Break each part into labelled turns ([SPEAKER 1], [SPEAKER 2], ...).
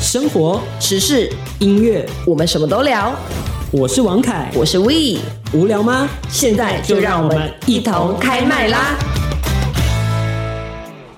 [SPEAKER 1] 生活、
[SPEAKER 2] 时事，
[SPEAKER 1] 音乐，
[SPEAKER 2] 我们什么都聊。
[SPEAKER 1] 我是王凯。
[SPEAKER 2] 我是 We，
[SPEAKER 1] 无聊吗？
[SPEAKER 2] 现在就让我们一同开麦啦！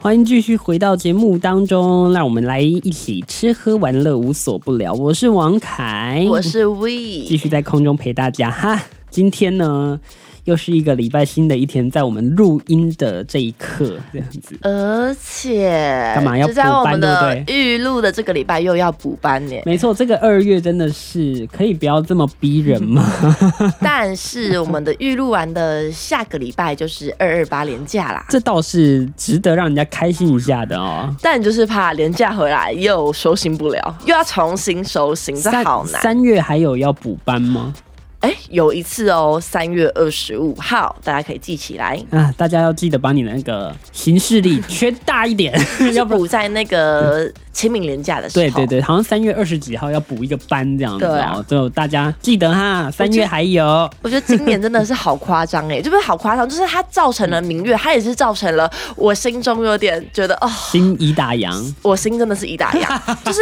[SPEAKER 1] 欢迎继续回到节目当中，让我们来一起吃喝玩乐无所不聊。我是王凯，
[SPEAKER 2] 我是
[SPEAKER 1] 继
[SPEAKER 2] We，
[SPEAKER 1] 续在空中陪大家哈。今天呢，又是一个礼拜新的一天，在我们录音的这一刻，这样子。
[SPEAKER 2] 而且
[SPEAKER 1] 干嘛要
[SPEAKER 2] 就在我们
[SPEAKER 1] 补班
[SPEAKER 2] 的
[SPEAKER 1] 对不。
[SPEAKER 2] 预录的这个礼拜又要补班呢
[SPEAKER 1] 没错，这个二月真的是可以不要这么逼人吗？
[SPEAKER 2] 但是我们的预录完的下个礼拜就是二二八连假啦。
[SPEAKER 1] 这倒是值得让人家开心一下的哦。
[SPEAKER 2] 但就是怕连假回来又收心不了，又要重新收心，这
[SPEAKER 1] 三
[SPEAKER 2] 好难。
[SPEAKER 1] 三月还有要补班吗？
[SPEAKER 2] 哎、有一次哦，三月二十五号，大家可以记起来，
[SPEAKER 1] 啊，大家要记得把你的那个行事 历缺大一点，
[SPEAKER 2] 要嗯
[SPEAKER 1] 要不然
[SPEAKER 2] 补在那个清明连假的时候。
[SPEAKER 1] 对对对，好像三月二十几号要补一个班这样子
[SPEAKER 2] 对
[SPEAKER 1] 哦
[SPEAKER 2] 啊，
[SPEAKER 1] 就大家记得哈，三
[SPEAKER 2] 觉
[SPEAKER 1] 月
[SPEAKER 2] 得
[SPEAKER 1] 还有。
[SPEAKER 2] 我觉得今年真的是好夸张 哎，就不是好夸张，就是它造成了明月，它也是造成了我心中有点觉得哦，
[SPEAKER 1] 新一大洋，
[SPEAKER 2] 我心真的是一打烊，啊 就是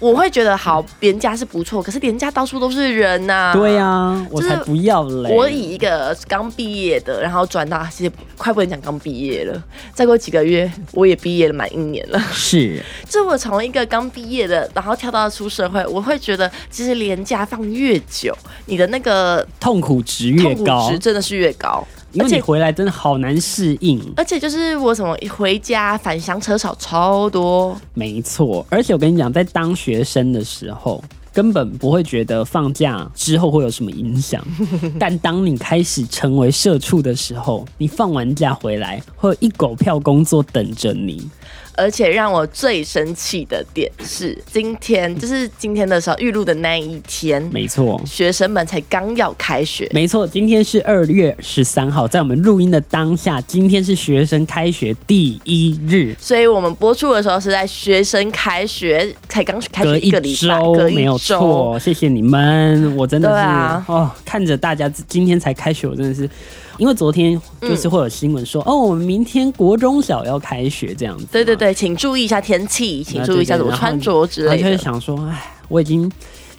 [SPEAKER 2] 我会觉得好，廉价是不错，可是廉价到处都是人呐、
[SPEAKER 1] 对呀、、啊，我
[SPEAKER 2] 就是
[SPEAKER 1] 才不要嘞！
[SPEAKER 2] 我以一个刚毕业的，然后转到其实快不能讲刚毕业了，再过几个月我也毕业了满一年了。
[SPEAKER 1] 是
[SPEAKER 2] 就我从一个刚毕业的，然后跳到出社会，我会觉得其实廉价放越久，你的那个
[SPEAKER 1] 痛苦值
[SPEAKER 2] 痛
[SPEAKER 1] 越
[SPEAKER 2] 苦
[SPEAKER 1] 高
[SPEAKER 2] 值，真的是越高，
[SPEAKER 1] 因
[SPEAKER 2] 而
[SPEAKER 1] 为
[SPEAKER 2] 且
[SPEAKER 1] 你回来真的好难适应。
[SPEAKER 2] 而且就是我什么回家返乡车少超多，
[SPEAKER 1] 没错，而且我跟你讲，在当学生的时候，根本不会觉得放假之后会有什么影响。 但当你开始成为社畜的时候，你放完假回来，会有一狗票工作等着你。
[SPEAKER 2] 而且让我最生气的点是，今天就是今天的时候预录的那一天，
[SPEAKER 1] 没错。
[SPEAKER 2] 学生们才刚要开学，
[SPEAKER 1] 没错，今天是二月十三号，在我们录音的当下，今天是学生开学第一日，
[SPEAKER 2] 所以我们播出的时候是在学生开学才刚开
[SPEAKER 1] 隔
[SPEAKER 2] 学
[SPEAKER 1] 一
[SPEAKER 2] 个礼拜，
[SPEAKER 1] 周没有错，谢谢你们，我真的是、
[SPEAKER 2] 对啊
[SPEAKER 1] 哦，看着大家今天才开学，我真的是，因为昨天
[SPEAKER 2] 嗯
[SPEAKER 1] 就是会有新闻说，哦，我们明天国中小要开学这样子嘛，
[SPEAKER 2] 对对对，请注意一下天气，请
[SPEAKER 1] 啊
[SPEAKER 2] 注意一下
[SPEAKER 1] 对
[SPEAKER 2] 怎
[SPEAKER 1] 对
[SPEAKER 2] 么
[SPEAKER 1] 然后
[SPEAKER 2] 穿着之
[SPEAKER 1] 然后
[SPEAKER 2] 类
[SPEAKER 1] 就会
[SPEAKER 2] 的。
[SPEAKER 1] 想说，哎，我已经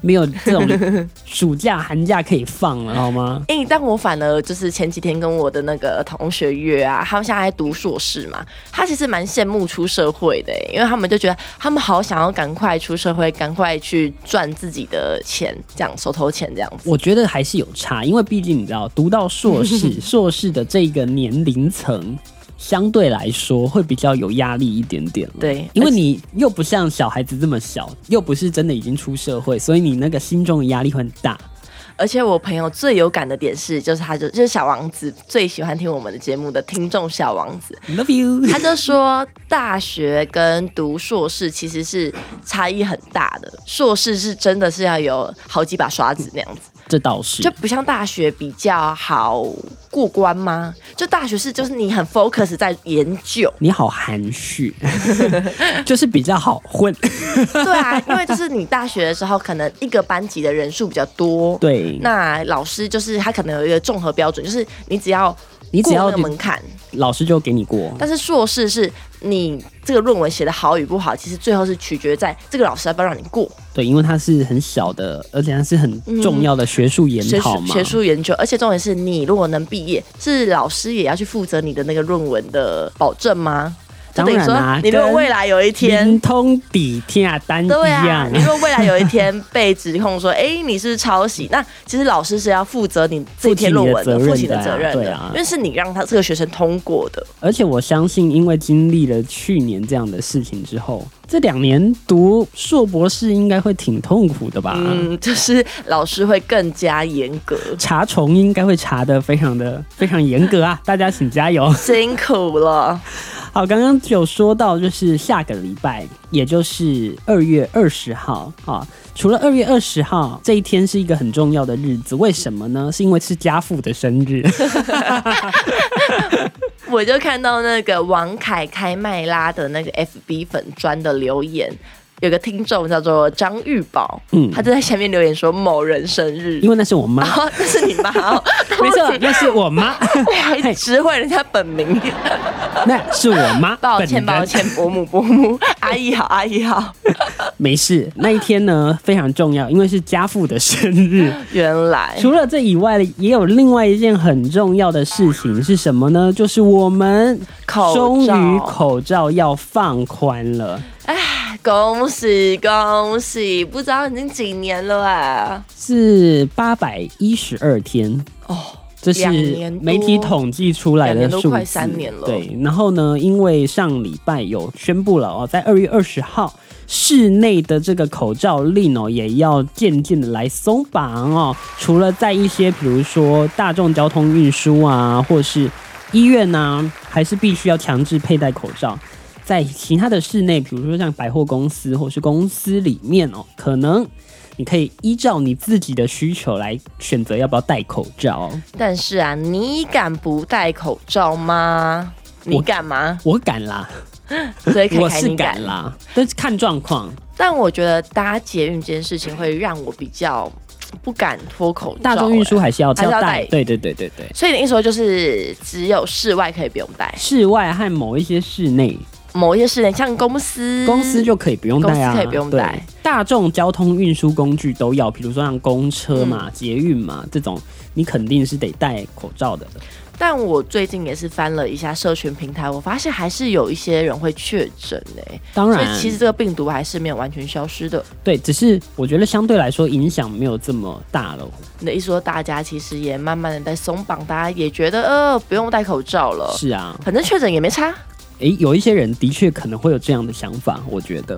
[SPEAKER 1] 没有这种 暑假寒假可以放了，好吗？
[SPEAKER 2] 哎、但我反而就是前几天跟我的那个同学约啊，他们现在在读硕士嘛，他其实蛮羡慕出社会的、欸因为他们就觉得他们好想要赶快出社会，赶快去赚自己的钱，这样手头钱这样子。
[SPEAKER 1] 我觉得还是有差，因为毕竟你知道，读到硕 士，硕士的这个年龄层。相对来说会比较有压力一点点了，
[SPEAKER 2] 对
[SPEAKER 1] 因为
[SPEAKER 2] 而且
[SPEAKER 1] 你又不像小孩子这么小，又不是真的已经出社会，所以你那个心中的压力会很大。
[SPEAKER 2] 而且我朋友最有感的点是，就是他就就是小王子最喜欢听我们的节目的听众小王子，
[SPEAKER 1] Love you，
[SPEAKER 2] 他就说，大学跟读硕士其实是差异很大的，硕士是真的是要有好几把刷子那样子，
[SPEAKER 1] 这倒是
[SPEAKER 2] 就不像大学比较好过关吗？就大学是就是你很 focus 在研
[SPEAKER 1] ，
[SPEAKER 2] 究
[SPEAKER 1] 你好含蓄， 就是比较好混。
[SPEAKER 2] 对啊，因为就是你大学的时候可能一个班级的人数比较多，，
[SPEAKER 1] 对，
[SPEAKER 2] 那老师就是他可能有一个综合标准，就是你只要
[SPEAKER 1] 你只
[SPEAKER 2] 过
[SPEAKER 1] 要
[SPEAKER 2] 那个门槛，
[SPEAKER 1] 老师就给你过，
[SPEAKER 2] 但是硕士是你这个论文写的好与不好，其实最后是取决在这个老师要不要让你过。
[SPEAKER 1] 对，因为它是很小的，而且它是很重要的学术研
[SPEAKER 2] 嗯学
[SPEAKER 1] 讨
[SPEAKER 2] 术
[SPEAKER 1] 嘛。
[SPEAKER 2] 学术研究，而且重点是你如果能毕业，是老师也要去负责你的那个论文的保证吗？
[SPEAKER 1] 当
[SPEAKER 2] 就等于
[SPEAKER 1] 然
[SPEAKER 2] 说
[SPEAKER 1] 啦，
[SPEAKER 2] 你如果
[SPEAKER 1] 跟
[SPEAKER 2] 未来有一
[SPEAKER 1] 灵
[SPEAKER 2] 天，
[SPEAKER 1] 通比天下单一
[SPEAKER 2] 对啊
[SPEAKER 1] 样，
[SPEAKER 2] 你。如果未来有一天被指控说，哎、你是不是抄袭，那其实老师是要负责你这篇论文的，
[SPEAKER 1] 负
[SPEAKER 2] 负
[SPEAKER 1] 起你
[SPEAKER 2] 起你
[SPEAKER 1] 的
[SPEAKER 2] 的责任
[SPEAKER 1] 责任
[SPEAKER 2] 的，
[SPEAKER 1] 的啊对啊
[SPEAKER 2] 因为是你让他这个学生通过的。
[SPEAKER 1] 而且我相信，因为经历了去年这样的事情之后，这两年读硕博士应该会挺痛苦的吧？
[SPEAKER 2] 嗯，就是老师会更加严 格，
[SPEAKER 1] 查重应该会查的非常的非常严格啊！大家请加油。
[SPEAKER 2] 辛苦了。
[SPEAKER 1] 好，刚刚有说到，就是下个礼拜，也就是二月二十号啊。除了二月二十号这一天是一个很重要的日子，为什么呢？是因为是家父的生 日。
[SPEAKER 2] 我就看到那个王凯开麦拉的那个 FB 粉砖的留言，有个听众叫做张玉宝，
[SPEAKER 1] 嗯
[SPEAKER 2] 他就在下面留言说某人生日
[SPEAKER 1] 因，为那是我妈，
[SPEAKER 2] 哦，那是你妈哦，
[SPEAKER 1] 没错，
[SPEAKER 2] 对不起
[SPEAKER 1] 那是我 妈，
[SPEAKER 2] 我还直唤人家本名，
[SPEAKER 1] 那是我妈，
[SPEAKER 2] 抱
[SPEAKER 1] 本
[SPEAKER 2] 歉
[SPEAKER 1] 人
[SPEAKER 2] 抱歉，伯母伯母，阿姨好阿姨好，
[SPEAKER 1] 没事，那一天呢非常重要，因为是家父的生日。
[SPEAKER 2] 原来
[SPEAKER 1] 除了这以外，也有另外一件很重要的事情是什么呢？就是我们
[SPEAKER 2] 口
[SPEAKER 1] 终于
[SPEAKER 2] 罩
[SPEAKER 1] 口罩要放宽了，
[SPEAKER 2] 恭喜恭喜，不知道已经几年了啊！
[SPEAKER 1] 是八百一十二天。
[SPEAKER 2] 哦，
[SPEAKER 1] 这是
[SPEAKER 2] 两年多
[SPEAKER 1] 媒体统计出来的
[SPEAKER 2] 两年
[SPEAKER 1] 数
[SPEAKER 2] 都
[SPEAKER 1] 字，
[SPEAKER 2] 快三年了
[SPEAKER 1] 对，然后呢，因为上礼拜有宣布了哦，在二月二十号，室内的这个口罩令哦，也要渐渐的来松绑哦。除了在一些比如说大众交通运输啊，或是医院呐、还是必须要强制佩戴口罩。在其他的室内，比如说像百货公司或是公司里面哦，可能你可以依照你自己的需求来选择要不要戴口罩。
[SPEAKER 2] 但是啊，你敢不戴口罩吗？你
[SPEAKER 1] 我
[SPEAKER 2] 敢吗？
[SPEAKER 1] 我敢啦，
[SPEAKER 2] 所以凯
[SPEAKER 1] 我
[SPEAKER 2] 凯
[SPEAKER 1] 是
[SPEAKER 2] 你
[SPEAKER 1] 敢啦，但是看状况。
[SPEAKER 2] 但我觉得搭捷运这件事情会让我比较不敢脱口罩、
[SPEAKER 1] 大众运输
[SPEAKER 2] 欸
[SPEAKER 1] 还是要
[SPEAKER 2] 还是要戴
[SPEAKER 1] 对对对对对。
[SPEAKER 2] 所以你意思说就是只有室外可以不用戴，
[SPEAKER 1] 室外和某一些室内
[SPEAKER 2] 某一些室内像公司，
[SPEAKER 1] 公嗯司就可以不用戴啊，
[SPEAKER 2] 公司可以不用戴
[SPEAKER 1] 对。大众交通运输工具都要，比如说像公车嘛、捷运嘛这种，你肯定是得戴口罩的。
[SPEAKER 2] 但我最近也是翻了一下社群平台，我发现还是有一些人会确诊哎，
[SPEAKER 1] 当
[SPEAKER 2] 所
[SPEAKER 1] 然，
[SPEAKER 2] 以其实这个病毒还是没有完全消失的。
[SPEAKER 1] 对，只是我觉得相对来说影响没有这么大了。
[SPEAKER 2] 你的意思说大家其实也慢慢的在松绑，大家也觉得呃不用戴口罩了，
[SPEAKER 1] 是啊，
[SPEAKER 2] 反正确诊也没差。
[SPEAKER 1] 诶，有一些人的确可能会有这样的想法，我觉得，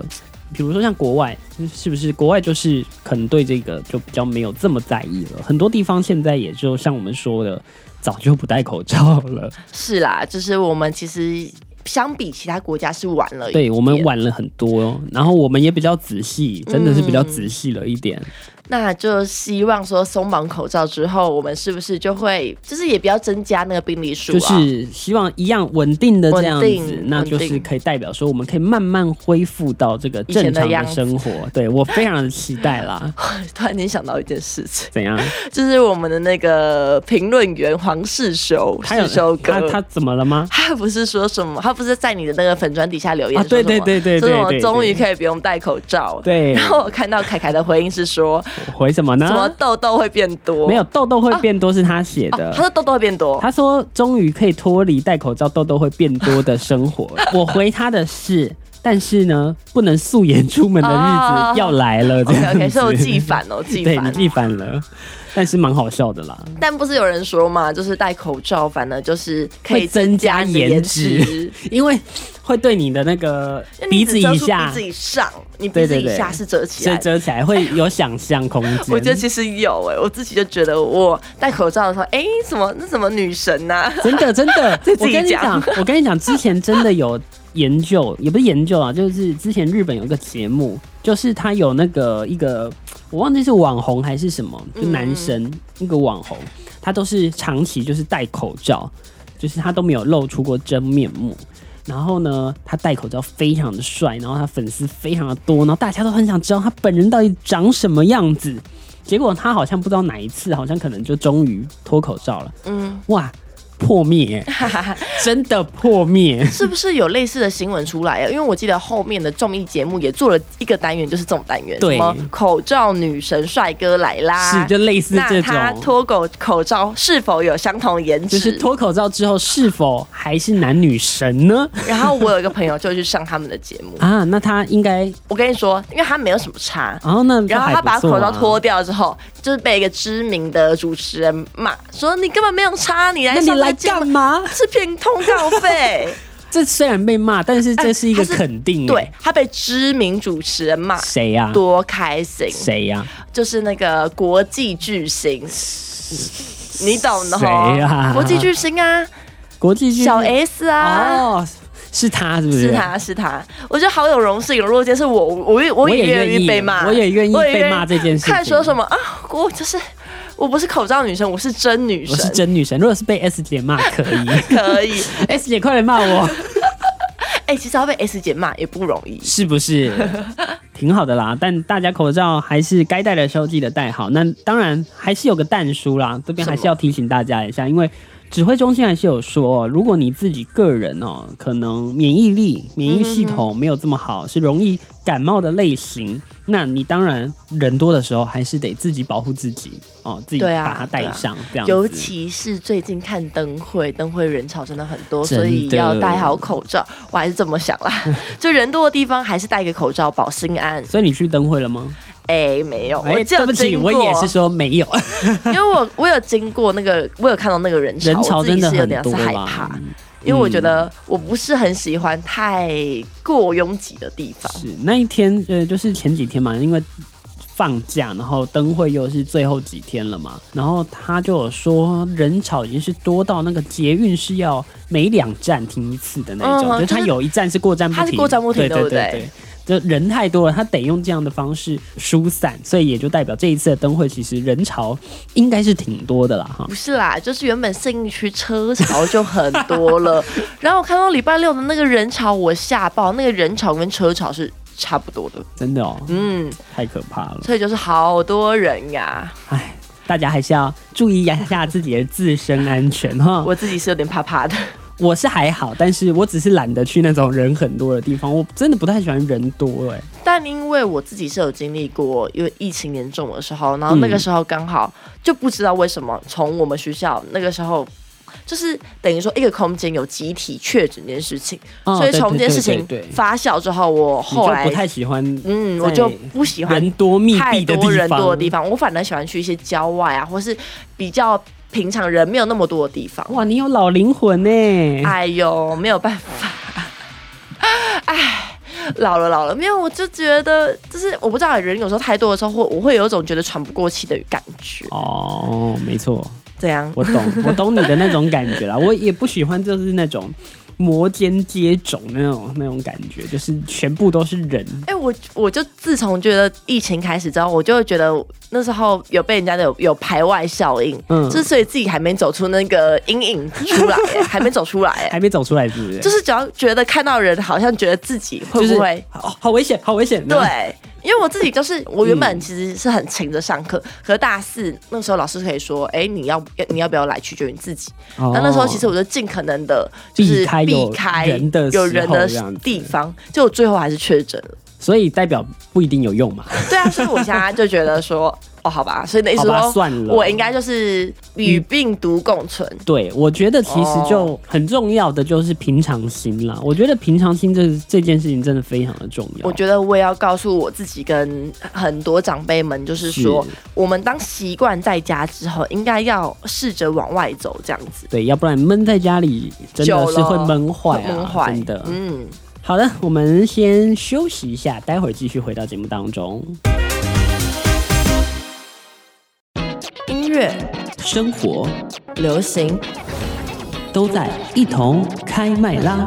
[SPEAKER 1] 比如说像国外，是不是国外就是可能对这个就比较没有这么在意了？很多地方现在也就像我们说的，早就不戴口罩了。
[SPEAKER 2] 是啦，就是我们其实相比其他国家是晚了一点，
[SPEAKER 1] 对我们晚了很多，然后我们也比较仔细，真的是比较仔细了一点。
[SPEAKER 2] 嗯那就希望说松绑口罩之后，我们是不是就会就是也不要增加那个病例数啊？
[SPEAKER 1] 就是希望一样稳定的这样
[SPEAKER 2] 稳
[SPEAKER 1] 子，
[SPEAKER 2] 定
[SPEAKER 1] 那就是可以代表说我们可以慢慢恢复到这个正
[SPEAKER 2] 以前
[SPEAKER 1] 常的
[SPEAKER 2] 的样子
[SPEAKER 1] 生活。对我非常的期待 啦，
[SPEAKER 2] 突然间想到一件事情，
[SPEAKER 1] 怎样？
[SPEAKER 2] 就是我们的那个评论员黄世修，
[SPEAKER 1] 他有
[SPEAKER 2] 世修哥
[SPEAKER 1] 他，他怎么了吗？
[SPEAKER 2] 他不是说什么，他不是在你的那个粉砖底下留言
[SPEAKER 1] 啊
[SPEAKER 2] 说什么
[SPEAKER 1] 对对对对
[SPEAKER 2] 说什么
[SPEAKER 1] 对对
[SPEAKER 2] 终于可以不用戴口罩。
[SPEAKER 1] 对
[SPEAKER 2] 然后我看到凯凯的回应是说，
[SPEAKER 1] 回什么呢？
[SPEAKER 2] 什么痘痘会变多？
[SPEAKER 1] 没有痘痘会变多是他写
[SPEAKER 2] 哦，
[SPEAKER 1] 的。
[SPEAKER 2] 他说痘痘会变多。
[SPEAKER 1] 他说：“终于可以脱离戴口罩痘痘会变多的生 活。”我回他的是，但是呢，不能素颜出门的日
[SPEAKER 2] 哦
[SPEAKER 1] 子要来了。这
[SPEAKER 2] OK
[SPEAKER 1] 样
[SPEAKER 2] OK，
[SPEAKER 1] 子
[SPEAKER 2] 是我记反哦，记
[SPEAKER 1] 对你
[SPEAKER 2] 反。
[SPEAKER 1] 记反了，但是蛮好笑的啦。
[SPEAKER 2] 但不是有人说嘛，就是戴口罩，反而就是可以
[SPEAKER 1] 会增加
[SPEAKER 2] 你的
[SPEAKER 1] 颜
[SPEAKER 2] 颜
[SPEAKER 1] 值，因为会对你的那个
[SPEAKER 2] 因为
[SPEAKER 1] 鼻
[SPEAKER 2] 你只
[SPEAKER 1] 子
[SPEAKER 2] 遮
[SPEAKER 1] 以
[SPEAKER 2] 住
[SPEAKER 1] 下
[SPEAKER 2] 鼻子以上，你
[SPEAKER 1] 对
[SPEAKER 2] 鼻子
[SPEAKER 1] 对
[SPEAKER 2] 以
[SPEAKER 1] 对
[SPEAKER 2] 下是遮起
[SPEAKER 1] 遮
[SPEAKER 2] 来的。
[SPEAKER 1] 遮起来会有想象空间。
[SPEAKER 2] 我觉得其实有哎、我自己就觉得我戴口罩的时候，哎、怎么那怎么女神啊 呐、
[SPEAKER 1] 真的真的，
[SPEAKER 2] 自己
[SPEAKER 1] 我跟你
[SPEAKER 2] 讲
[SPEAKER 1] 讲，我跟你讲，之前真的有研究， 也不是研究啊，就是之前日本有一个节目，就是他有那个一个我忘记是网红还是什么，就男生、
[SPEAKER 2] 嗯
[SPEAKER 1] 一个网红，他都是长期就是戴口罩，就是他都没有露出过真面目。然后呢，他戴口罩非常的帅，然后他粉丝非常的多，然后大家都很想知道他本人到底长什么样子。结果他好像不知道哪一次，好像可能就终于脱口罩了。
[SPEAKER 2] 嗯，
[SPEAKER 1] 哇，破 灭，真的破灭。
[SPEAKER 2] 是不是有类似的新闻出来啊？因为我记得后面的综艺节目也做了一个单元，就是这种单元，
[SPEAKER 1] 对
[SPEAKER 2] 什么口罩女神帅哥来啦，
[SPEAKER 1] 是就类似这
[SPEAKER 2] 啊那他
[SPEAKER 1] 种，
[SPEAKER 2] 脱口口罩是否有相同颜
[SPEAKER 1] 就
[SPEAKER 2] 值？
[SPEAKER 1] 是脱口罩之后是否还是男女神呢？
[SPEAKER 2] 然后我有一个朋友就去上他们的节目，
[SPEAKER 1] 啊，那他应该，
[SPEAKER 2] 我跟你说，因为他没有什么差。
[SPEAKER 1] 然后那
[SPEAKER 2] 然后
[SPEAKER 1] 还
[SPEAKER 2] 他
[SPEAKER 1] 不
[SPEAKER 2] 把
[SPEAKER 1] 错
[SPEAKER 2] 口
[SPEAKER 1] 啊
[SPEAKER 2] 罩脱，掉之后，就是被一个知名的主持人骂，说你根本没有差，你来
[SPEAKER 1] 那你
[SPEAKER 2] 上
[SPEAKER 1] 来
[SPEAKER 2] 来
[SPEAKER 1] 干嘛？
[SPEAKER 2] 是骗通告 费。
[SPEAKER 1] 这虽然被骂，但是这是一个
[SPEAKER 2] 哎他是
[SPEAKER 1] 肯定、
[SPEAKER 2] 对，他被知名主持人骂，
[SPEAKER 1] 谁呀、
[SPEAKER 2] 多开心！
[SPEAKER 1] 谁呀、
[SPEAKER 2] 就是那个国际巨星，
[SPEAKER 1] 啊
[SPEAKER 2] 你懂的
[SPEAKER 1] 谁
[SPEAKER 2] 哈、
[SPEAKER 1] 啊
[SPEAKER 2] 国际巨星啊，
[SPEAKER 1] 国际剧
[SPEAKER 2] 小 S 啊。
[SPEAKER 1] 哦，是他是不啊是？
[SPEAKER 2] 是他是他，我觉得好有荣幸。哦如果今天是我，我我也我
[SPEAKER 1] 我也
[SPEAKER 2] 也
[SPEAKER 1] 愿
[SPEAKER 2] 愿
[SPEAKER 1] 意啊
[SPEAKER 2] 意被骂，
[SPEAKER 1] 我也愿意
[SPEAKER 2] 我也
[SPEAKER 1] 被骂这件事情
[SPEAKER 2] 看说什么啊，我就是我不是口罩女神，我是真女
[SPEAKER 1] 我是
[SPEAKER 2] 神，
[SPEAKER 1] 真女神。如果是被 S 姐骂可 以
[SPEAKER 2] 可以。
[SPEAKER 1] ，S 姐快来骂我，
[SPEAKER 2] 哎、其实要被 S 姐骂也不容易。
[SPEAKER 1] 是不 是？挺好的啦，但大家口罩还是该戴的时候记得戴好。那当然还是有个淡书啦，这边还是要提醒大家一下，因为指挥中心还是有说，如果你自己个人哦，可能免疫力、免疫系统没有这么好，是容易感冒的类型，那你当然人多的时候还是得自己保护自己哦，自己
[SPEAKER 2] 对啊
[SPEAKER 1] 把它带上、这样子。
[SPEAKER 2] 尤其是最近看灯会，灯会人潮真的很多，
[SPEAKER 1] 真
[SPEAKER 2] 所
[SPEAKER 1] 的
[SPEAKER 2] 以要戴好口罩。我还是这么想啦， 就人多的地方还是戴个口罩保心安。
[SPEAKER 1] 所以你去灯会了吗？
[SPEAKER 2] 哎、没有，我只
[SPEAKER 1] 对
[SPEAKER 2] 有
[SPEAKER 1] 不起，
[SPEAKER 2] 经过，
[SPEAKER 1] 我也是说没 有，
[SPEAKER 2] 因为我我有经过那个，我有看到那个人潮，
[SPEAKER 1] 人潮
[SPEAKER 2] 我自
[SPEAKER 1] 真
[SPEAKER 2] 己
[SPEAKER 1] 的
[SPEAKER 2] 是有
[SPEAKER 1] 很
[SPEAKER 2] 点
[SPEAKER 1] 多
[SPEAKER 2] 是害
[SPEAKER 1] 啦
[SPEAKER 2] 怕，因为我觉得我不是很喜欢太过拥挤的地方。
[SPEAKER 1] 是那一天，呃，就是前几天嘛，因为放假，然后灯会又是最后几天了嘛，然后他就有说人潮已经是多到那个捷运是要每两站停一次的那种，就
[SPEAKER 2] 嗯
[SPEAKER 1] 是他
[SPEAKER 2] 就是
[SPEAKER 1] 有一站是过站不停，
[SPEAKER 2] 它是过站不
[SPEAKER 1] 对
[SPEAKER 2] 停对不
[SPEAKER 1] 对
[SPEAKER 2] 对
[SPEAKER 1] 对。就人太多了，他得用这样的方式疏散，所以也就代表这一次的灯会其实人潮应该是挺多的啦，哈
[SPEAKER 2] 不。是啦，就是原本信义区车潮就很多了，然后我看到礼拜六的那个人潮，我吓爆，那个人潮跟车潮是差不多的，
[SPEAKER 1] 真的哦，
[SPEAKER 2] 嗯，
[SPEAKER 1] 太可怕了。
[SPEAKER 2] 所以就是好多人呀，
[SPEAKER 1] 唉，大家还是要注意一下自己的自身安全哈。
[SPEAKER 2] 我自己是有点怕怕的，
[SPEAKER 1] 我是还好，但是我只是懒得去那种人很多的地方，我真的不太喜欢人多哎、
[SPEAKER 2] 但因为我自己是有经历过，因为疫情严重的时候，然后那个时候刚好就不知道为什么从我们学校那个时候。就是等于说，一个空间有集体确诊这件事情，
[SPEAKER 1] 哦
[SPEAKER 2] 所以从这件事情
[SPEAKER 1] 对对对对
[SPEAKER 2] 发酵之后，我
[SPEAKER 1] 你就
[SPEAKER 2] 后来
[SPEAKER 1] 不太喜欢
[SPEAKER 2] 嗯，我就不喜欢
[SPEAKER 1] 人多密
[SPEAKER 2] 太
[SPEAKER 1] 闭的地
[SPEAKER 2] 多
[SPEAKER 1] 方，
[SPEAKER 2] 人多的地方，我反而喜欢去一些郊外啊，或是比较平常人没有那么多的地方。
[SPEAKER 1] 哇，你有老灵魂呢、欸
[SPEAKER 2] 哎呦，没有办法，哎，老了老了，没有，我就觉得就是我不知道人有时候太多的时候，会我会有一种觉得喘不过气的感觉，
[SPEAKER 1] 哦，没错，
[SPEAKER 2] 这样。
[SPEAKER 1] 我懂， 我懂你的那种感觉啦。我也不喜欢就是那种摩肩接踵那种那种感觉，就是全部都是人。
[SPEAKER 2] 哎、我我就自从觉得疫情开始之后，我就会觉得那时候有被人家的有有排外效应，
[SPEAKER 1] 嗯
[SPEAKER 2] 之所以自己还没走出那个阴影出来、 还没走出来、哎
[SPEAKER 1] 还没走出来，是不是？
[SPEAKER 2] 就是只要觉得看到人，好像觉得自己会
[SPEAKER 1] 就是
[SPEAKER 2] 不会、
[SPEAKER 1] 好好危险，好危险。
[SPEAKER 2] 对？因为我自己就是，我原
[SPEAKER 1] 嗯
[SPEAKER 2] 本其实是很勤着上课，可是大四那时候老师可以说，哎、你要你要不要来取决于你自己。
[SPEAKER 1] 哦，
[SPEAKER 2] 那、那时候其实我就尽可能的，就是
[SPEAKER 1] 避开有
[SPEAKER 2] 避开
[SPEAKER 1] 人的时候
[SPEAKER 2] 有人的
[SPEAKER 1] 这样子
[SPEAKER 2] 地方，就最后还是确诊了。
[SPEAKER 1] 所以代表不一定有用嘛。
[SPEAKER 2] 对啊，所以我现在就觉得说，哦，好吧，所以那意思
[SPEAKER 1] 好吧
[SPEAKER 2] 说，
[SPEAKER 1] 算了
[SPEAKER 2] 我应该就是与病毒共存。
[SPEAKER 1] 对，我觉得其实
[SPEAKER 2] 哦
[SPEAKER 1] 就很重要的就是平常心啦。我觉得平常心这这件事情真的非常的重要。
[SPEAKER 2] 我觉得我也要告诉我自己跟很多长辈们，就是说，
[SPEAKER 1] 是
[SPEAKER 2] 我们当习惯在家之后，应该要试着往外走，这样子。
[SPEAKER 1] 对，要不然闷在家里真的
[SPEAKER 2] 久
[SPEAKER 1] 是
[SPEAKER 2] 了
[SPEAKER 1] 会闷坏、啊，
[SPEAKER 2] 会闷坏
[SPEAKER 1] 真的。
[SPEAKER 2] 嗯，
[SPEAKER 1] 好的，我们先休息一下，待会儿继续回到节目当中。
[SPEAKER 2] 音乐、
[SPEAKER 1] 生活
[SPEAKER 2] 流行，
[SPEAKER 1] 都在一同开麦啦。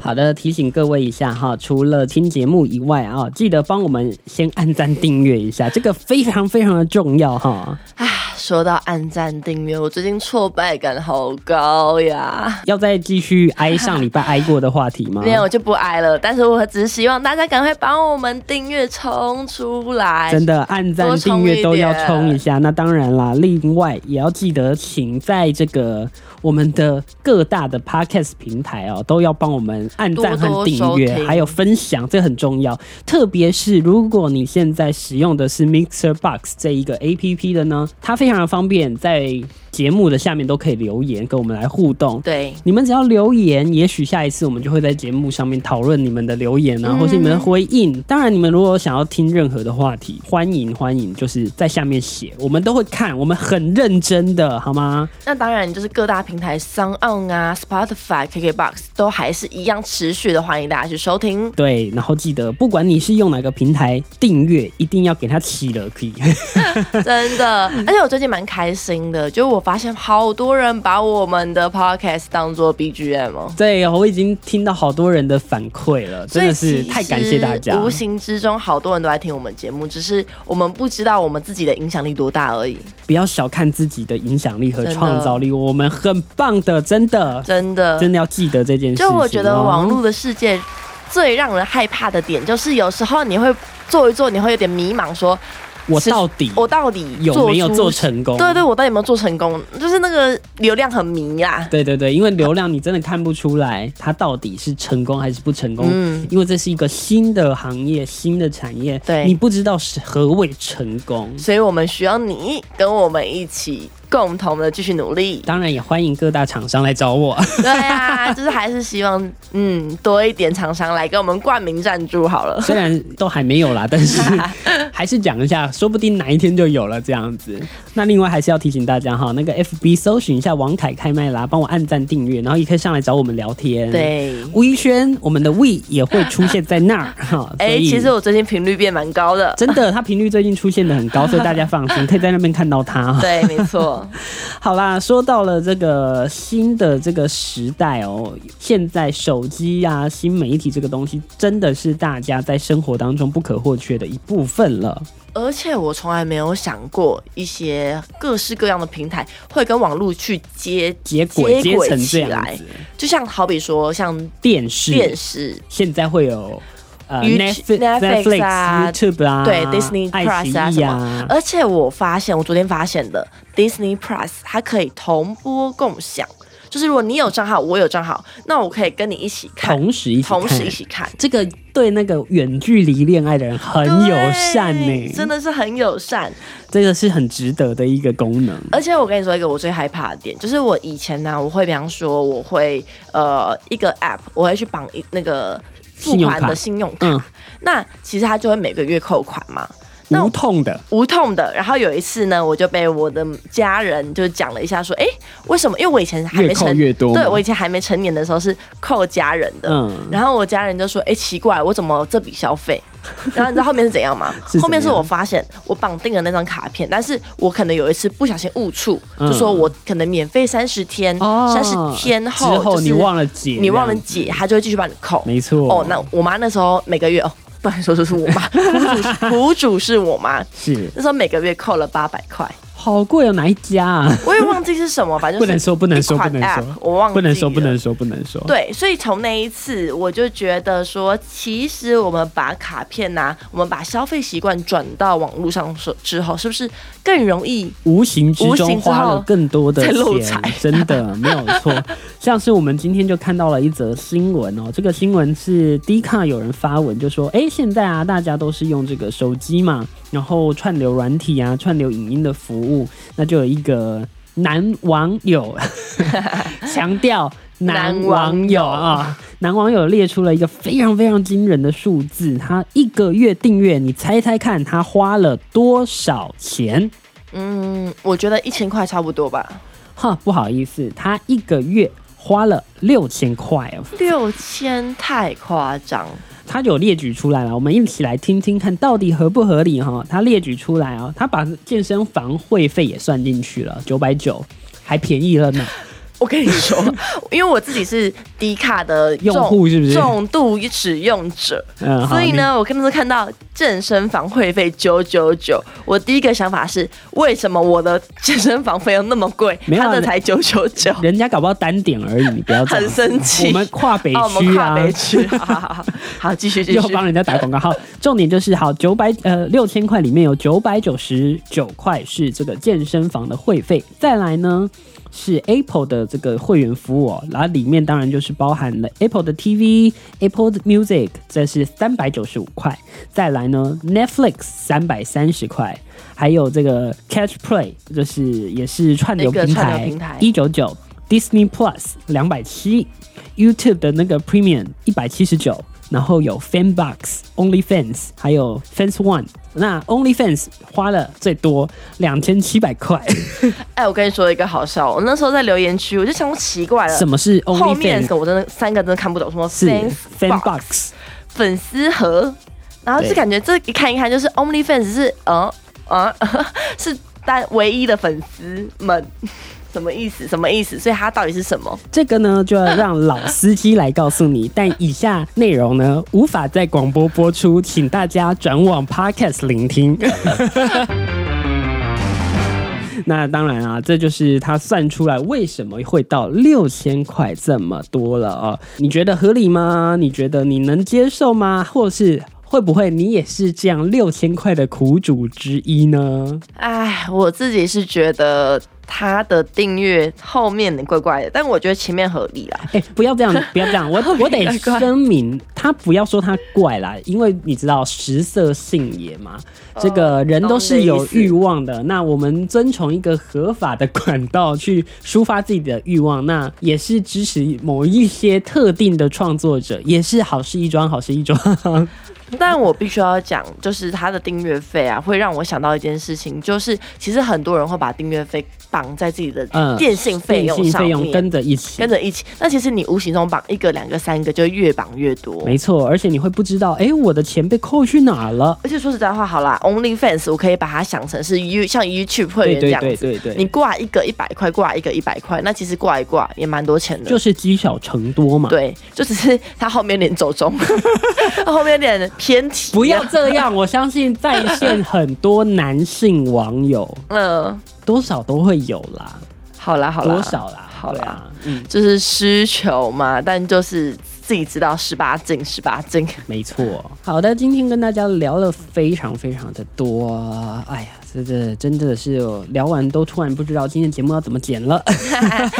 [SPEAKER 1] 好的，提醒各位一下哈，除了听节目以外啊，记得帮我们先按赞订阅一下，这个非常非常的重要哈。
[SPEAKER 2] 唉，说到按赞订阅，我最近挫败感好高呀。
[SPEAKER 1] 要再继续挨上礼拜挨过的话题吗？
[SPEAKER 2] 没有，我就不挨了，但是我只是希望大家赶快帮我们订阅冲出来。
[SPEAKER 1] 真的按赞、
[SPEAKER 2] 多
[SPEAKER 1] 订
[SPEAKER 2] 冲
[SPEAKER 1] 阅都要
[SPEAKER 2] 一点
[SPEAKER 1] 冲一下。那当然啦，另外也要记得，请在这个我们的各大的 podcast 平台哦，都要帮我们按赞
[SPEAKER 2] 多
[SPEAKER 1] 和
[SPEAKER 2] 多
[SPEAKER 1] 订
[SPEAKER 2] 收
[SPEAKER 1] 阅，
[SPEAKER 2] 听
[SPEAKER 1] 还有分享，这很重要。特别是如果你现在使用的是 Mixer Box 这一个 APP 的呢，它非常的方便，在节目的下面都可以留言跟我们来互动。
[SPEAKER 2] 对，
[SPEAKER 1] 你们只要留言，也许下一次我们就会在节目上面讨论你们的留言
[SPEAKER 2] 嗯
[SPEAKER 1] 啊，或是你们的回应。当然，你们如果想要听任何的话题，
[SPEAKER 2] 嗯
[SPEAKER 1] 欢迎欢迎，就是在下面写，我们都会看，我们很认真的，好吗？
[SPEAKER 2] 那当然，就是各大平台 s o n On 啊、Spotify、KKBox 都还是一样持续的欢迎大家去 收听。
[SPEAKER 1] 对，然后记得，不管你是用哪个平台订阅，一定要给它起了 key。
[SPEAKER 2] 真的，而且我最近蛮开心的，就是我发现好多人把我们的 podcast 当做 BGM 哦。
[SPEAKER 1] 对，我已经听到好多人的反馈了，真的
[SPEAKER 2] 所以
[SPEAKER 1] 是
[SPEAKER 2] 其实
[SPEAKER 1] 太感谢大家。
[SPEAKER 2] 无形之中，好多人都在听我们节目，只是我们不知道我们自己的影响力多大而已。
[SPEAKER 1] 不要小看自己的影响力和
[SPEAKER 2] 真的
[SPEAKER 1] 创造力，我们很棒的，真的，
[SPEAKER 2] 真的，
[SPEAKER 1] 真的要记得这件事情
[SPEAKER 2] 就
[SPEAKER 1] 哦。
[SPEAKER 2] 我觉得网络的世界最让人害怕的点，就是有时候你会做一做，你会有点迷茫说。
[SPEAKER 1] 我
[SPEAKER 2] 是
[SPEAKER 1] 到底
[SPEAKER 2] 我到底
[SPEAKER 1] 有没有
[SPEAKER 2] 出
[SPEAKER 1] 做成功？
[SPEAKER 2] 对对，我到底有没有做成功？就是那个流量很迷啦。
[SPEAKER 1] 对对对因为流量你真的看不出来它到底是成功还是不成功，
[SPEAKER 2] 嗯
[SPEAKER 1] 因为这是一个新的行业、新的产业，
[SPEAKER 2] 对
[SPEAKER 1] 你不知道是何谓成功。。
[SPEAKER 2] 所以我们需要你跟我们一起共同的继续努 力
[SPEAKER 1] 当然也欢迎各大厂商来找我，
[SPEAKER 2] 对啊，就是还是希望嗯多一点厂商来给我们冠名赞助好了。
[SPEAKER 1] 虽然都还没有啦，但 是还是讲一下，说不定哪一天就有了这样子。那另外还是要提醒大家哈，那个 FB 搜寻一下王凯开麦啦，帮我按赞订阅，然后也可以上来找我们聊天。。
[SPEAKER 2] 对，
[SPEAKER 1] 吴一轩，我们的 We 也会出现在那儿哈。
[SPEAKER 2] 哎、
[SPEAKER 1] 所以
[SPEAKER 2] 其实我最近频率变蛮高的。
[SPEAKER 1] 真的，他频率最近出现的很高，所以大家放心，可以在那边看到他。
[SPEAKER 2] 对，没 错，
[SPEAKER 1] 好啦，说到了这个新的这个时代哦，现在手机啊、新媒体这个东西，真的是大家在生活当中不可或缺的一部分了。
[SPEAKER 2] 而且我从来没有想过一些各式各样的平台会跟网络去接，
[SPEAKER 1] 接轨
[SPEAKER 2] 接
[SPEAKER 1] 接
[SPEAKER 2] 轨
[SPEAKER 1] 成这
[SPEAKER 2] 起
[SPEAKER 1] 样
[SPEAKER 2] 来
[SPEAKER 1] 子，
[SPEAKER 2] 就像好比说像
[SPEAKER 1] 电视
[SPEAKER 2] 电视，
[SPEAKER 1] 现在会有呃
[SPEAKER 2] YouTube-
[SPEAKER 1] Netflix、
[SPEAKER 2] Netflix 啊
[SPEAKER 1] YouTube 啊，
[SPEAKER 2] 对 Disney
[SPEAKER 1] 爱奇
[SPEAKER 2] Plus 啊
[SPEAKER 1] 艺
[SPEAKER 2] 什
[SPEAKER 1] 啊
[SPEAKER 2] 么，，而且我发现，我昨天发现的 Disney Plus 它可以同播共享，就是如果你有账号，我有账号，那我可以跟你一起看，
[SPEAKER 1] 同时一起
[SPEAKER 2] 同时
[SPEAKER 1] 看
[SPEAKER 2] 一起看，
[SPEAKER 1] 这个对那个远距离恋爱的人很友善呢、
[SPEAKER 2] 对真的是很友善。
[SPEAKER 1] 这个是很值得的一个功能。
[SPEAKER 2] 而且我跟你说一个我最害怕的点，就是我以前呢、我会比方说我会呃一个 app，我会去绑一那个付
[SPEAKER 1] 信用
[SPEAKER 2] 款
[SPEAKER 1] 卡
[SPEAKER 2] 的信用卡，
[SPEAKER 1] 嗯，
[SPEAKER 2] 那其实它就会每个月扣款嘛。那
[SPEAKER 1] 无痛的，
[SPEAKER 2] 无痛的。然后有一次呢，我就被我的家人就讲了一下，说：“哎、为什么？因为我以前还没成
[SPEAKER 1] 越扣越多吗
[SPEAKER 2] 对我以前还没成年的时候是扣家人的。
[SPEAKER 1] 嗯，
[SPEAKER 2] 然后我家人就说：“哎、奇怪，我怎么这笔消费？”然后你知道后面是怎样吗？
[SPEAKER 1] 是怎么样
[SPEAKER 2] 后面是我发现我绑定了那张卡片，但是我可能有一次不小心误触，
[SPEAKER 1] 嗯
[SPEAKER 2] 就说我可能免费三十天，
[SPEAKER 1] 哦
[SPEAKER 2] 三十、天后
[SPEAKER 1] 之后
[SPEAKER 2] 就是
[SPEAKER 1] 你忘了解，
[SPEAKER 2] 你忘了解，他就会继续帮你扣。
[SPEAKER 1] 没错
[SPEAKER 2] 哦，那我妈那时候每个月哦，不能说就是我妈， 苦主是苦主是我妈，
[SPEAKER 1] 这样子是
[SPEAKER 2] 那时候每个月扣了八百块，
[SPEAKER 1] 好贵哦，哪一家啊？
[SPEAKER 2] 我也忘记是什么，反正
[SPEAKER 1] 不能说，不能说，不
[SPEAKER 2] 一款
[SPEAKER 1] 能
[SPEAKER 2] app，
[SPEAKER 1] 说，
[SPEAKER 2] 我忘记
[SPEAKER 1] 不能说，
[SPEAKER 2] 了
[SPEAKER 1] 不能说，不能说。
[SPEAKER 2] 对，所以从那一次我就觉得说，其实我们把卡片呐、我们把消费习惯转到网络上说之后，是不是更容易？
[SPEAKER 1] 无形之
[SPEAKER 2] 无形
[SPEAKER 1] 中
[SPEAKER 2] 之后
[SPEAKER 1] 花了更多的
[SPEAKER 2] 在漏
[SPEAKER 1] 钱
[SPEAKER 2] 财，
[SPEAKER 1] 真的没有 错。像是我们今天就看到了一则新闻哦，这个新闻是 D 卡有人发文就说，哎，现在啊大家都是用这个手机嘛，然后串流软体啊、串流影音的服务，那就有一个男网 友强调。男
[SPEAKER 2] 男网
[SPEAKER 1] 网友
[SPEAKER 2] 友
[SPEAKER 1] 啊，男网友列出了一个非常非常惊人的数字，他一个月订阅，你猜猜看他花了多少钱？
[SPEAKER 2] 嗯，我觉得一千块差不多吧，
[SPEAKER 1] 哈，不好意思，他一个月花了六千块哦。
[SPEAKER 2] 六千太夸张。
[SPEAKER 1] 他有列举出来了，我们一起来听听看到底合不合理哈、他列举出来哦，他把健身房会费也算进去了，九百九，还便宜了 呢。
[SPEAKER 2] 我跟你说， 因为我自己是低卡的
[SPEAKER 1] 用
[SPEAKER 2] 重
[SPEAKER 1] 户是不是
[SPEAKER 2] 重度使用者，
[SPEAKER 1] 嗯，好
[SPEAKER 2] 所以，呢，我刚刚看到健身房会费九九九，我第一个想法是，为什么我的健身房费用那么贵，
[SPEAKER 1] 没有啊
[SPEAKER 2] 他的才九九九，
[SPEAKER 1] 你人家搞不好单点而已，你不要这
[SPEAKER 2] 很
[SPEAKER 1] 样。
[SPEAKER 2] 生气。
[SPEAKER 1] 我们跨北
[SPEAKER 2] 哦，我们
[SPEAKER 1] 区
[SPEAKER 2] 跨
[SPEAKER 1] 啊，
[SPEAKER 2] 北区，好好好，好，继续 继
[SPEAKER 1] 又
[SPEAKER 2] 续。
[SPEAKER 1] 帮人家打广告。好，重点就是好九百呃六千块里面有九百九十九块是这个健身房的会费，再来呢是 Apple 的这个会员服务、哦，然后里面当然就是包含了 Apple 的 TV、Apple 的 Music，这是三百九十五块，再来呢 Netflix 三百三十块。还有这个 Catch Play，就是也是串流
[SPEAKER 2] 那个
[SPEAKER 1] 平
[SPEAKER 2] 串流
[SPEAKER 1] 台
[SPEAKER 2] 平台，
[SPEAKER 1] 一九九，Disney Plus 两百七，YouTube 的那个 Premium 一百七十九，然后有 FanBox、OnlyFans，还有 Fans One。那 OnlyFans 花了最多两千七百块。
[SPEAKER 2] 哎，我跟你说一个好笑，哦我那时候在留言区，我就想说奇怪了
[SPEAKER 1] 什。么是
[SPEAKER 2] 呃后面
[SPEAKER 1] OnlyFans？
[SPEAKER 2] 我真的三个真的看不懂，什么
[SPEAKER 1] 是
[SPEAKER 2] fans box
[SPEAKER 1] FanBox。
[SPEAKER 2] 粉丝盒，然后就
[SPEAKER 1] 对
[SPEAKER 2] 感觉这一看一看就是 OnlyFans 是呃呃 是单唯一的粉丝们，什么意思？什么意思？所以它到底是什么？
[SPEAKER 1] 这个呢，就要让老司机来告诉你。但以下内容呢，无法在广播播出，请大家转往 Podcast 聆听。 那当然啊，这就是他算出来为什么会到六千块啊这么多了哦。你觉得合理吗？你觉得你能接受吗？或是会不会你也是这样六千块的苦主之一呢？
[SPEAKER 2] 哎，我自己是觉得他的订阅后面的怪怪的，但我觉得前面合理啦。
[SPEAKER 1] 哎、不要这 样，不要这样，我我得
[SPEAKER 2] 怪怪
[SPEAKER 1] 声明，他不要说他怪啦，因为你知道食色性也嘛，
[SPEAKER 2] 哦
[SPEAKER 1] 这个人都是有欲望的。那我们遵从一个合法的管道去抒发自己的欲望，那也是支持某一些特定的创作者，也是好事一桩，好事一 桩。
[SPEAKER 2] 但我必须要讲，就是他的订阅费啊，会让我想到一件事情，就是其实很多人会把订阅费绑在自己的
[SPEAKER 1] 嗯
[SPEAKER 2] 电信费
[SPEAKER 1] 电
[SPEAKER 2] 用
[SPEAKER 1] 信
[SPEAKER 2] 上
[SPEAKER 1] 费
[SPEAKER 2] 面，
[SPEAKER 1] 用跟着一起
[SPEAKER 2] 跟。着一起。那其实你无形中绑一个、两个、三个，就越绑越多。
[SPEAKER 1] 没错，而且你会不知道，哎、我的钱被扣去哪了？
[SPEAKER 2] 而且说实在话，好啦，OnlyFans 我可以把它想成是 You 像 YouTube 会
[SPEAKER 1] 对对
[SPEAKER 2] 员这样子，
[SPEAKER 1] 对对
[SPEAKER 2] 你
[SPEAKER 1] 对，
[SPEAKER 2] 挂一个一百块，挂一个一百块，那其实挂一挂也蛮多钱的。
[SPEAKER 1] 就是积少成多嘛。
[SPEAKER 2] 对，就只是他后面有点走中， 他后面有点偏题。啊
[SPEAKER 1] 不要，这样，我相信在线很多男性网友
[SPEAKER 2] 嗯，
[SPEAKER 1] 多少都会有啦，
[SPEAKER 2] 好啦好啦，
[SPEAKER 1] 多少啦，
[SPEAKER 2] 好啦
[SPEAKER 1] 对啊，嗯，
[SPEAKER 2] 就是需求嘛，但就是自己知道十八禁，十八禁。
[SPEAKER 1] 没错。好的，今天跟大家聊了非常非常的多，哎呀，这这真的是聊完都突然不知道今天节目要怎么剪了。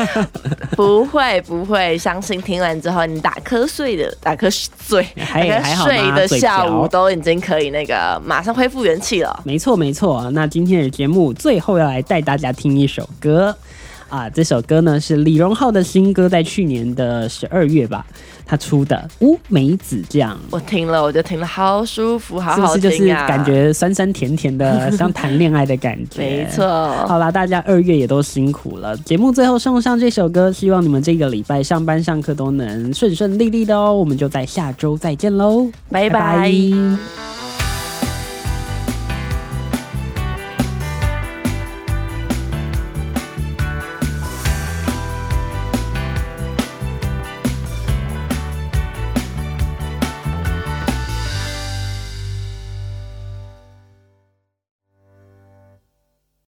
[SPEAKER 2] 不会不会，相信听完之后，你打瞌睡的打瞌睡，打
[SPEAKER 1] 还还
[SPEAKER 2] 瞌
[SPEAKER 1] 好
[SPEAKER 2] 睡
[SPEAKER 1] 吗
[SPEAKER 2] 的
[SPEAKER 1] 嘴
[SPEAKER 2] 下午
[SPEAKER 1] 瓢
[SPEAKER 2] 都已经可以那个马上恢复元气了。
[SPEAKER 1] 没错，没错。那今天的节目最后要来带大家听一首歌啊，这首歌呢是李荣浩的新歌，在去年的十二月吧，他出的《乌梅子酱》。
[SPEAKER 2] 我听了，我就听了，好舒服，好
[SPEAKER 1] 是不
[SPEAKER 2] 好
[SPEAKER 1] 是
[SPEAKER 2] 听啊！
[SPEAKER 1] 就是感觉酸酸甜甜的，像谈恋爱的感觉？
[SPEAKER 2] 没。错，
[SPEAKER 1] 好啦，大家二月也都辛苦了。节目最后送上这首歌，希望你们这个礼拜上班上课都能顺顺利利的哦。我们就在下周再见喽，
[SPEAKER 2] 拜拜